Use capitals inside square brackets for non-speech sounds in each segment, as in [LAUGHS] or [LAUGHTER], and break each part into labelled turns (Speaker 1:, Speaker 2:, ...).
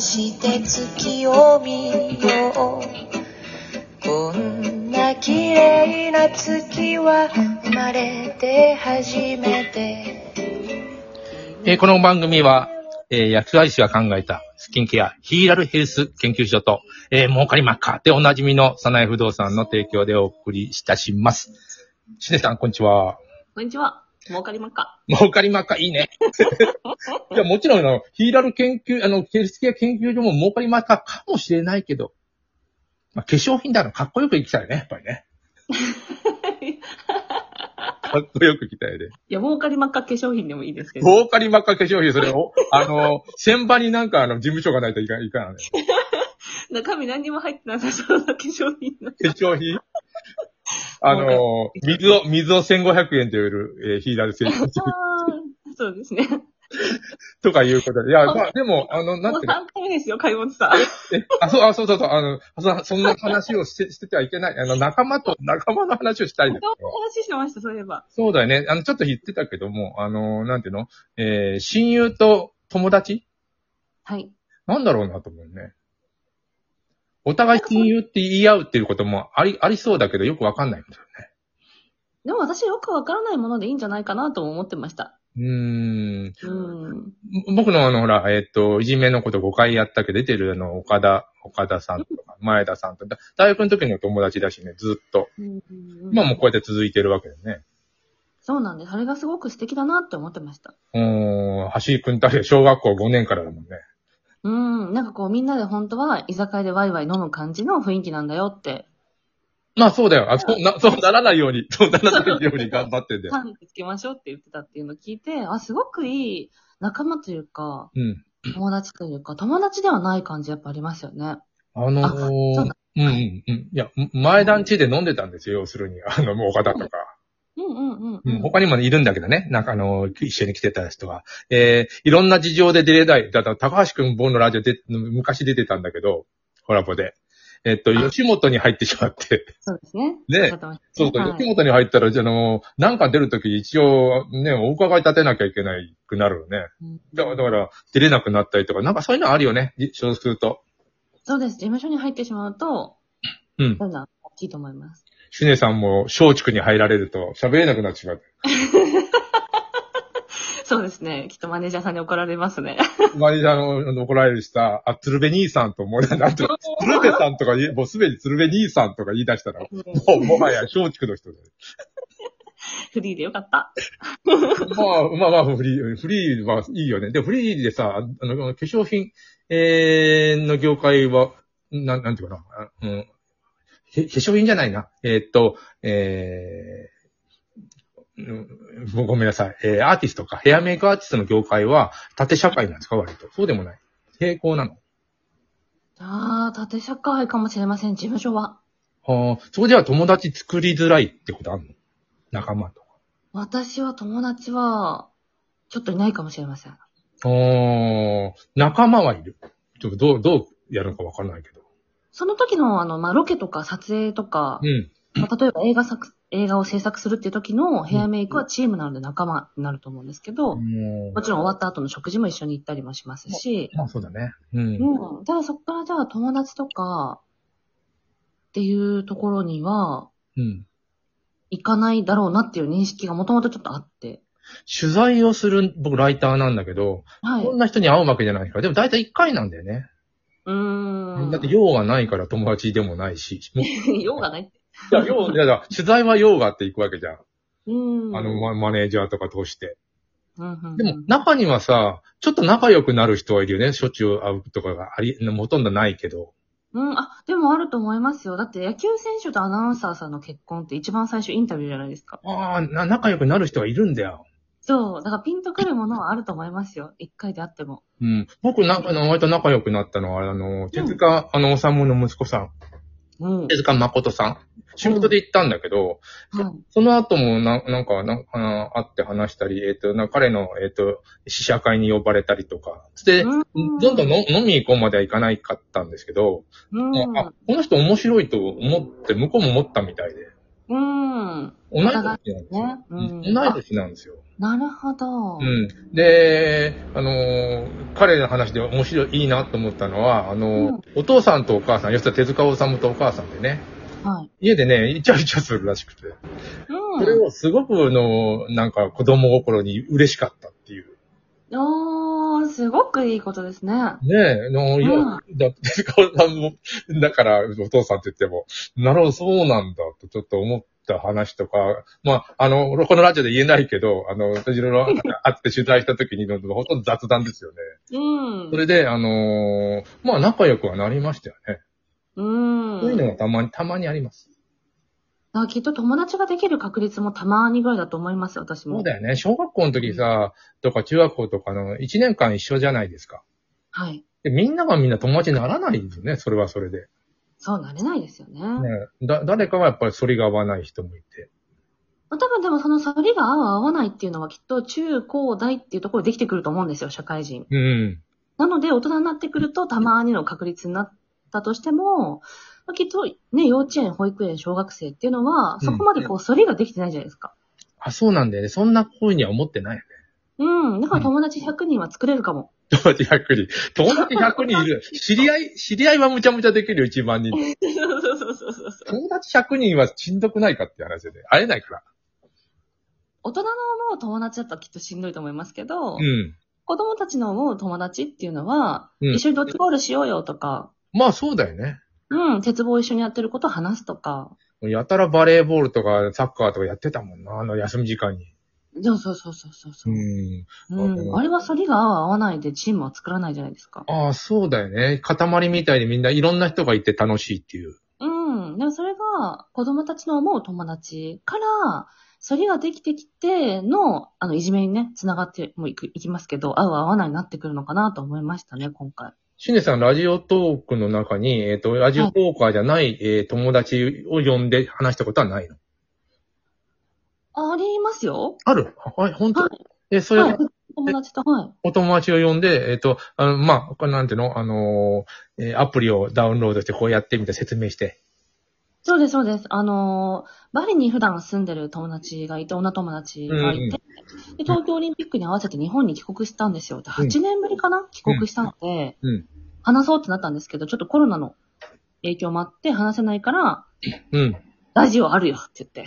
Speaker 1: して月を見ようこんな綺麗な月は生まれて初めて
Speaker 2: えーこの番組は、えー薬剤師が考えたスキンケア、ヒーラルヘルス研究所と、えー、儲かりまっかでおなじみの、さなえ不動産の提供でお送りいたします。しねさん、こんにちは。
Speaker 3: こんにちは。儲かりまっか。 [LAUGHS]
Speaker 2: 儲かりまっか、いいね。 [LAUGHS] いや、もちろん、あの、ヒーラル研究、あの、ヘルスケア研究所も儲かりまっかかもしれないけど、まあ、化粧品だの、かっこよく生きたいね、やっぱりね。かっこよく生きたいね。
Speaker 3: いや、儲かりまっか化粧品でもいいですけど。
Speaker 2: 儲かりまっか化粧品、それを、あの、先場になんか、あの、事務所がないといかいかない。
Speaker 3: 中身何にも入ってなさそうな化粧品の。
Speaker 2: 化粧品あの、水を、水を1500円で売る、えーヒーラル製品
Speaker 3: そうですね。
Speaker 2: とかいうことで。いや、まあ、でも、あの、
Speaker 3: も
Speaker 2: なん
Speaker 3: う [LAUGHS]
Speaker 2: ていうの
Speaker 3: 3回目ですよ、買い物さん。
Speaker 2: えあ、そう、あ、そうそうそう、あの、そそんな話をして [LAUGHS] しててはいけない。あの、仲間と、仲間の話をしたいんだけ
Speaker 3: [LAUGHS]
Speaker 2: ど。
Speaker 3: 話してました、そういえば。
Speaker 2: そうだよね。あの、ちょっと言ってたけども、あの、なんていうのえー親友と友達
Speaker 3: はい。
Speaker 2: なんだろうなと思うね。お互い親友って言い合うっていうこともあり、ありそうだけど、よくわかんないんだよね。
Speaker 3: でも私よくわからないものでいいんじゃないかなとも思ってました。
Speaker 2: うーん。
Speaker 3: うん。
Speaker 2: ぼ僕のあの、ほら、えーっと、いじめのこと5回やったけど、出てるあの、岡田、岡田さんとか、前田さんとか、大学の時の友達だしね、ずっと。今もこうやって続いてるわけでね。
Speaker 3: そうなんです。それがすごく素敵だなって思ってました。
Speaker 2: うーん、橋井くんたち小学校5年からだもんね。
Speaker 3: うん。なんかこうみんなで本当は居酒屋でワイワイ飲む感じの雰囲気なんだよって、
Speaker 2: まあそうだよ。あ、そうな、そうならないように、そうならないように頑張ってんだ [LAUGHS] よ。
Speaker 3: 感につけましょうって言ってたっていうのを聞いて、あ、すごくいい仲間というか、
Speaker 2: うん。
Speaker 3: 友達というか、友達ではない感じやっぱありますよね。
Speaker 2: あの
Speaker 3: あそう
Speaker 2: ー
Speaker 3: だ、
Speaker 2: うんうんうん。いや、前団地で飲んでたんですよ、要するに。あの、もう岡田とか。
Speaker 3: うんうんう
Speaker 2: うん
Speaker 3: ん。
Speaker 2: 他にもいるんだけどね。なんかあの、一緒に来てた人が。えー、いろんな事情で出れない。だから、高橋くん本のラジオで、昔出てたんだけど、コラボで。えっと、吉本に入ってしまって。
Speaker 3: そうですね。
Speaker 2: ね
Speaker 3: おっしゃってました
Speaker 2: [LAUGHS] そう
Speaker 3: ね
Speaker 2: そう、
Speaker 3: はい
Speaker 2: 吉本に入ったら、じゃああの、なんか出るとき一応、ね、お伺い立てなきゃいけないくなるよね。
Speaker 3: うん
Speaker 2: だから、だから出れなくなったりとか、なんかそういうのあるよね。いそうすると。
Speaker 3: そうです。事務所に入ってしまうと、
Speaker 2: うん
Speaker 3: そういうのは大きいと思います。
Speaker 2: シュネさんも松竹に入られると喋れなくなってしまう。
Speaker 3: そうですね。きっとマネージャーさんに怒られま
Speaker 2: [LAUGHS]
Speaker 3: すね。
Speaker 2: マネージャーの怒られるしさ、あ、鶴瓶兄さんと思うな、なんて鶴瓶さんとか言え、もうすでに鶴瓶兄さんとか言い出したら、もうもはや松竹の人だよ。
Speaker 3: フリーでよかった。
Speaker 2: まあ、まあまあ、フリー、フリーはいいよね。で、フリーでさ、あの、化粧品、えー、の業界は、なん、なんていうかな、あうん、へ化粧品じゃないな。えーっと、えーうんごめんなさい。えー、アーティストか。ヘアメイクアーティストの業界は、縦社会なんですか割と。そうでもない。平行なの。
Speaker 3: ああ、縦社会かもしれません、事務所は。
Speaker 2: ああ、そこでは友達作りづらいってことあるの仲間とか。
Speaker 3: 私は友達は、ちょっといないかもしれません。
Speaker 2: ああ、仲間はいる。ちょっとどう、どうやるのかわかんないけど。
Speaker 3: その時の、あの、まあ、ロケとか撮影とか、
Speaker 2: うん。
Speaker 3: まあ、例えば映画作、映画を制作するっていう時のヘアメイクはチームなので仲間になると思うんですけど、
Speaker 2: も
Speaker 3: もちろん終わった後の食事も一緒に行ったりもしますし、
Speaker 2: まあそうだね。うん。
Speaker 3: うん。ただそこからじゃあ友達とか、っていうところには、
Speaker 2: うん。
Speaker 3: 行かないだろうなっていう認識がもともとちょっとあって。
Speaker 2: 取材をする、僕ライターなんだけど、
Speaker 3: はい。
Speaker 2: こん
Speaker 3: う
Speaker 2: な人に会うわけじゃないから。でも大体一回なんだよね。
Speaker 3: ーん。
Speaker 2: だって用がないから友達でもないし。もうい
Speaker 3: [LAUGHS] 用がない。
Speaker 2: や、用、いやだから、取材は用があって行くわけじゃん。
Speaker 3: うーん。
Speaker 2: あの、まマネージャーとか通して。
Speaker 3: うんうんうん、
Speaker 2: でも、中にはさ、ちょっと仲良くなる人はいるよね。しょっちゅう会うとかがあり、ほとんどないけど。
Speaker 3: うん、あ、でもあると思いますよ。だって野球選手とアナウンサーさんの結婚って一番最初インタビューじゃないですか。
Speaker 2: ああ、な、仲良くなる人はいるんだよ。
Speaker 3: そう。だからピンとくるものはあると思いますよ。 [LAUGHS] 一回であっても。
Speaker 2: うん。僕なんか、あの割と仲良くなったのは、あの、手塚、あの、おさむの息子さん。
Speaker 3: うん。
Speaker 2: 手塚誠さん。仕事で行ったんだけど、
Speaker 3: はい。
Speaker 2: その後もな、なんか、なんかな会って話したり、えっ、と、な彼の、えっ、と、試写会に呼ばれたりとか。で、
Speaker 3: うん
Speaker 2: どんどんの飲みに行こうまではいかないかったんですけど、
Speaker 3: うん。
Speaker 2: あ、この人面白いと思って、向こうも思ったみたいで。
Speaker 3: ううん。
Speaker 2: 同い年なんですよ。
Speaker 3: ね。う
Speaker 2: 同
Speaker 3: ん。
Speaker 2: い年なんですよ。
Speaker 3: なるほど。
Speaker 2: うん。で、あのー彼の話で面白い、いいなと思ったのは、あのー
Speaker 3: うん
Speaker 2: お父さんとお母さん、要するに手塚治虫とお母さんでね、
Speaker 3: はい。
Speaker 2: 家でね、イチャイチャするらしくて、それ
Speaker 3: う
Speaker 2: をすごく、あのーなんか子供心に嬉しかったっていう。
Speaker 3: ん。おー、すごくいいことですね。
Speaker 2: ねえ、あのいや、だって手塚治虫も、だからお父さんって言っても、なるほど、そうなんだとちょっと思った話とか、まあ、あの、俺このラジオで言えないけど、あの、いろいろあって取材した時に、ほとんど雑談ですよね。
Speaker 3: うん
Speaker 2: そ。れで、あのーまあ仲良くはなりましたよね。
Speaker 3: うん。
Speaker 2: そういうのがたまに、たまにあります。
Speaker 3: あきっと友達ができる確率もたまにぐらいだと思います、私も。
Speaker 2: そうだよね。小学校の時さ、とか中学校とかの1年間一緒じゃないですか。
Speaker 3: はい。
Speaker 2: でみんながみんな友達にならないんですよね、それはそれで。
Speaker 3: そうなれないですよね。
Speaker 2: ね、だ誰かはやっぱり反りが合わない人もいて。
Speaker 3: 多分でもその反りが合う合わないっていうのはきっと中高大っていうところでできてくると思うんですよ、社会人。
Speaker 2: うん。
Speaker 3: なので大人になってくるとたまにの確率になったとしても、まあきっとね、幼稚園、保育園、小学生っていうのは、そこまでこう反りができてないじゃないですか。
Speaker 2: あ、そうなんだよね。そんな風には思ってないよね。
Speaker 3: うん。だから友達100人は作れるかも。
Speaker 2: 友達100人。友達100人い [LAUGHS] る。知り合い、知り合いはむちゃむちゃできるよ、1万人。
Speaker 3: そうそうそうそうそう。
Speaker 2: 友達100人はしんどくないかって話で、ね、会えないから。
Speaker 3: 大人の思う友達だったらきっとしんどいと思いますけど、
Speaker 2: うん。
Speaker 3: 子供たちの思う友達っていうのは、
Speaker 2: うん
Speaker 3: 一緒にドッジボールしようよとか、
Speaker 2: まあそうだよね。
Speaker 3: うん、鉄棒一緒にやってることを話すとか、
Speaker 2: やたらバレーボールとかサッカーとかやってたもんな、あの休み時間に。
Speaker 3: そうそうそうそうそうそうう、
Speaker 2: ん。
Speaker 3: うん
Speaker 2: うん
Speaker 3: あれは反りが合う合わないでチームは作らないじゃないですか。
Speaker 2: ああ、そうだよね。塊みたいにみんないろんな人がいて楽しいっていう。
Speaker 3: うん、でもそれが子供たちの思う友達から、反りができてきての、あの、いじめにね、繋がってもいくいきますけど、合う合わないになってくるのかなと思いましたね、今回。
Speaker 2: しねさん、ラジオトークの中に、えっ、と、ラジオトーカーじゃない、えー友達を呼んで話したことはないの
Speaker 3: ありますよ。
Speaker 2: あるはい、本当、
Speaker 3: は
Speaker 2: え、それ、
Speaker 3: はい、友達と、はい。
Speaker 2: お友達を呼んで、えっ、と、あの、まあ、これなんていうのあのーえーアプリをダウンロードしてこうやってみたい説明して。
Speaker 3: そうです、そうです。あのー、バリに普段住んでる友達がいて、女友達が
Speaker 2: う
Speaker 3: いて、
Speaker 2: んうん
Speaker 3: で、東京オリンピックに合わせて日本に帰国したんですよ。で
Speaker 2: うん
Speaker 3: 8年ぶりかな帰国したので、
Speaker 2: うん
Speaker 3: 話そうってなったんですけど、ちょっとコロナの影響もあって話せないから、
Speaker 2: うん。
Speaker 3: ラジオあるよっ
Speaker 2: [LAUGHS]
Speaker 3: て言って、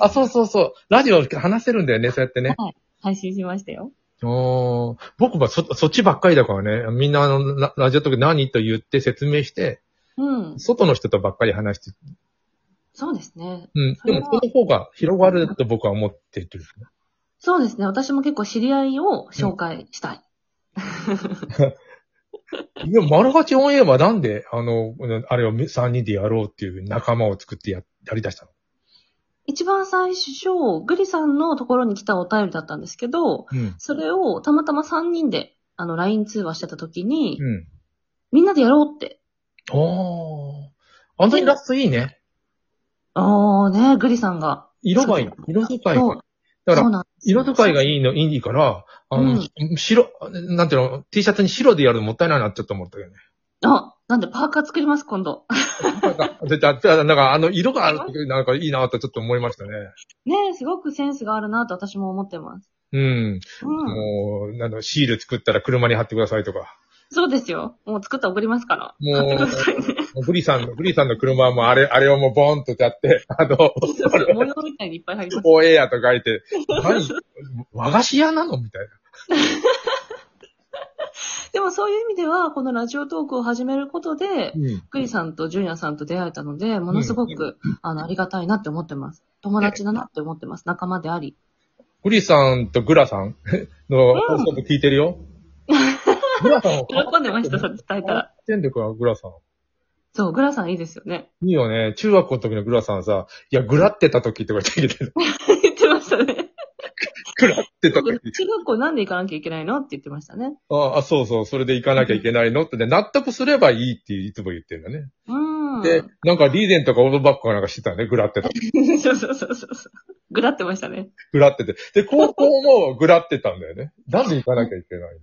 Speaker 2: あ、そうそうそう。ラジオ話せるんだよね、そうやってね。
Speaker 3: 配信しましたよ。
Speaker 2: おー僕はそ、そっちばっかりだからね。みんなあの、ララジオとか何と言って説明して、
Speaker 3: うん。
Speaker 2: 外の人とばっかり話して、
Speaker 3: そうですね。
Speaker 2: うん。
Speaker 3: そ
Speaker 2: で
Speaker 3: れは
Speaker 2: も、その方が広がると僕は思ってる。
Speaker 3: そうですね。私も結構知り合いを紹介したい。
Speaker 2: いや、丸八オンエアはなんで、あの、あれを3人でやろうっていう仲間を作ってや、やり出したの
Speaker 3: 一番最初、グリさんのところに来たお便りだったんですけど、
Speaker 2: うん。
Speaker 3: それをたまたま3人で、あの、LINE 通話してた時に、
Speaker 2: うん。
Speaker 3: みんなでやろうって。
Speaker 2: おー。あの時ラストいいね。
Speaker 3: ああね、グリさんが。
Speaker 2: 色がいい。色使いがいい
Speaker 3: そう
Speaker 2: だか
Speaker 3: そ
Speaker 2: ら、
Speaker 3: うなんですよ
Speaker 2: 色使いがいいの、いいから、あの、白、なんていうの、T シャツに白でやるのもったいないなってちょっと思ったけどね。
Speaker 3: あ、なんでパーカー作ります、今度。 [LAUGHS]
Speaker 2: なんか、絶対、なんかあの色がある時なんかいいなとちょっと思いましたね。
Speaker 3: ねすごくセンスがあるなと私も思ってます。
Speaker 2: うん。
Speaker 3: うん。
Speaker 2: もう、なんだろうシール作ったら車に貼ってくださいとか。
Speaker 3: そうですよ。もう作ったら送りますから。
Speaker 2: もう
Speaker 3: 買ってくださいね。 [LAUGHS]
Speaker 2: グリさんの、グリさんの車はもうあれ、あれをもうボーンとやって、 [LAUGHS] あの、
Speaker 3: 模様みたいにいっぱい入ります。
Speaker 2: オーエアと書いて、何和菓子屋なのみたいな。
Speaker 3: でもそういう意味では、このラジオトークを始めることで、
Speaker 2: うん。
Speaker 3: グリさんとジュニアさんと出会えたので、ものすごく、あの、ありがたいなって思ってます。友達だなって思ってます。仲間であり。
Speaker 2: グリさんとグラさんの放送部聞いてる
Speaker 3: [LAUGHS]
Speaker 2: よ。グラさんを
Speaker 3: 喜んでました、それ伝えたら。
Speaker 2: 全力はグラさん。
Speaker 3: そう、グラさんいいですよね。 [LAUGHS]
Speaker 2: いいよね。中学校の時のグラさんさ、いや、グラってた時とか言ってきてる。
Speaker 3: 言ってましたね。
Speaker 2: グラってた
Speaker 3: 中
Speaker 2: 時。
Speaker 3: 学校なんで行かなきゃいけないのって言ってましたね。
Speaker 2: ああ、そうそう、それで行かなきゃいけないのってね、納得すればいいっていつも言ってるんだね。
Speaker 3: うん。
Speaker 2: で、なんかリーゼントかオールバックかなんかしてたね、グラってた。
Speaker 3: [LAUGHS] そうそうそうそうそう。グラってましたね。
Speaker 2: グラってて。で、高校もグラってたんだよね。なんで行かなきゃいけないの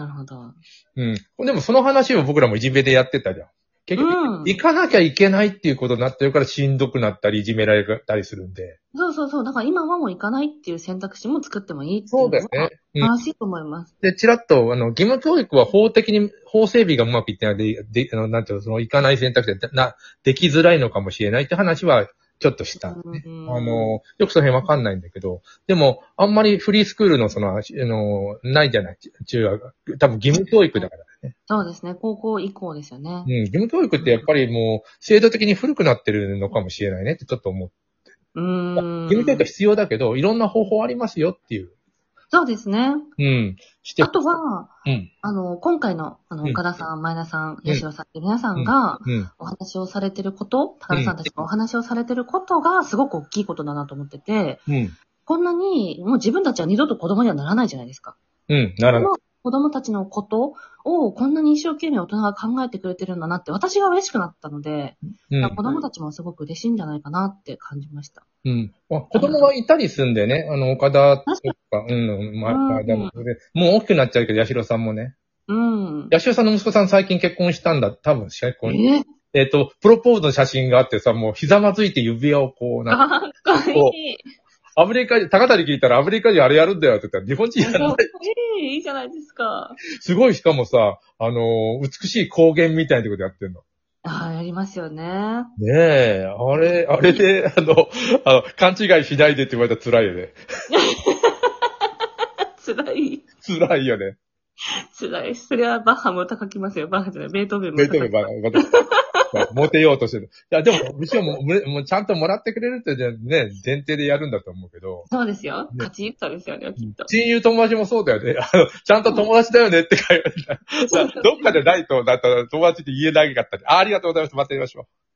Speaker 3: なるほど。
Speaker 2: うん。でもその話を僕らもいじめでやってたじゃん。結局、
Speaker 3: うん
Speaker 2: 行かなきゃいけないっていうことになってるからしんどくなったり、いじめられたりするんで。
Speaker 3: そうそうそう。だから今はもう行かないっていう選択肢も作ってもいいっていう
Speaker 2: そう
Speaker 3: の
Speaker 2: だよ
Speaker 3: は
Speaker 2: ね。うん
Speaker 3: 正しいと思います。
Speaker 2: で、ちらっと、あの、義務教育は法的に、法整備がうまくいってないで、で、あの、なんていうの、その、行かない選択肢で、な、できづらいのかもしれないって話は、ちょっとした。
Speaker 3: うん
Speaker 2: あ、の、よくその辺わかんないんだけど、でも、あんまりフリースクールのその、あの、ないじゃない、中学。多分義務教育だから。
Speaker 3: そうですね。高校以降ですよね
Speaker 2: う。ん、義務教育ってやっぱりもう、制度的に古くなってるのかもしれないねってちょっと思う。
Speaker 3: うーん。
Speaker 2: 義務教育は必要だけど、いろんな方法ありますよっていう。
Speaker 3: そうですね。
Speaker 2: うん。して
Speaker 3: あ、とは、
Speaker 2: うん。
Speaker 3: あの、今回の、あの、
Speaker 2: うん
Speaker 3: 岡田さん、前田さん、吉野さんって皆さんが
Speaker 2: うん。
Speaker 3: お話をされてること、高田さんたちがお話をされてることがすごく大きいことだなと思ってて、
Speaker 2: うん。
Speaker 3: こんなに、もう自分たちは二度と子供にはならないじゃないですか。
Speaker 2: うん。なら
Speaker 3: この子供たちのことをこんなに一生懸命大人が考えてくれてるんだなって、私が嬉しくなったので、
Speaker 2: うん。
Speaker 3: 子供たちもすごく嬉しいんじゃないかなって感じました。
Speaker 2: うん。あ子供がいたりするんだよね。あの、岡田とか、うん、まあ、
Speaker 3: うん
Speaker 2: まあ、でも、でもう大きくなっちゃうけど、八代さんもね。
Speaker 3: うん。
Speaker 2: 八代さんの息子さん最近結婚したんだ。多分、結
Speaker 3: え
Speaker 2: 婚。えっ、と、プロポーズの写真があってさ、もうひざまずいて指輪をこう、なんか、
Speaker 3: かっこいい。
Speaker 2: アメリカ人、高谷聞いたらアメリカ人あれやるんだよって言ったら、日本人やら
Speaker 3: か
Speaker 2: な
Speaker 3: っ
Speaker 2: い。
Speaker 3: こいい。いいじゃないで
Speaker 2: [LAUGHS]
Speaker 3: すか。
Speaker 2: すごい、しかもさ、あのー美しい高原みたいなとこでやってんの。
Speaker 3: ああ、やりますよね。
Speaker 2: ねえ、あれ、あれで、あの、あの、勘違いしないでって言われたら辛いよね。
Speaker 3: 辛い。
Speaker 2: 辛いよね。
Speaker 3: 辛い。それはバッハも歌書きますよ。バッハじゃない。ベートーベンも
Speaker 2: ベー
Speaker 3: 歌
Speaker 2: トー
Speaker 3: 書
Speaker 2: ベン
Speaker 3: き
Speaker 2: ばばモテようとしてる。いや、でも、むしろもう、むもうちゃんともらってくれるってね、前提でやるんだと思うけど、
Speaker 3: そうですよ。
Speaker 2: ね
Speaker 3: 勝ちったですよね、きっと。
Speaker 2: 親友友達もそうだよね。あの、ちゃんと友達だよねって会話になるさどっかでないと、だったら友達って言えなかったり、あありがとうございます、またやりましょう。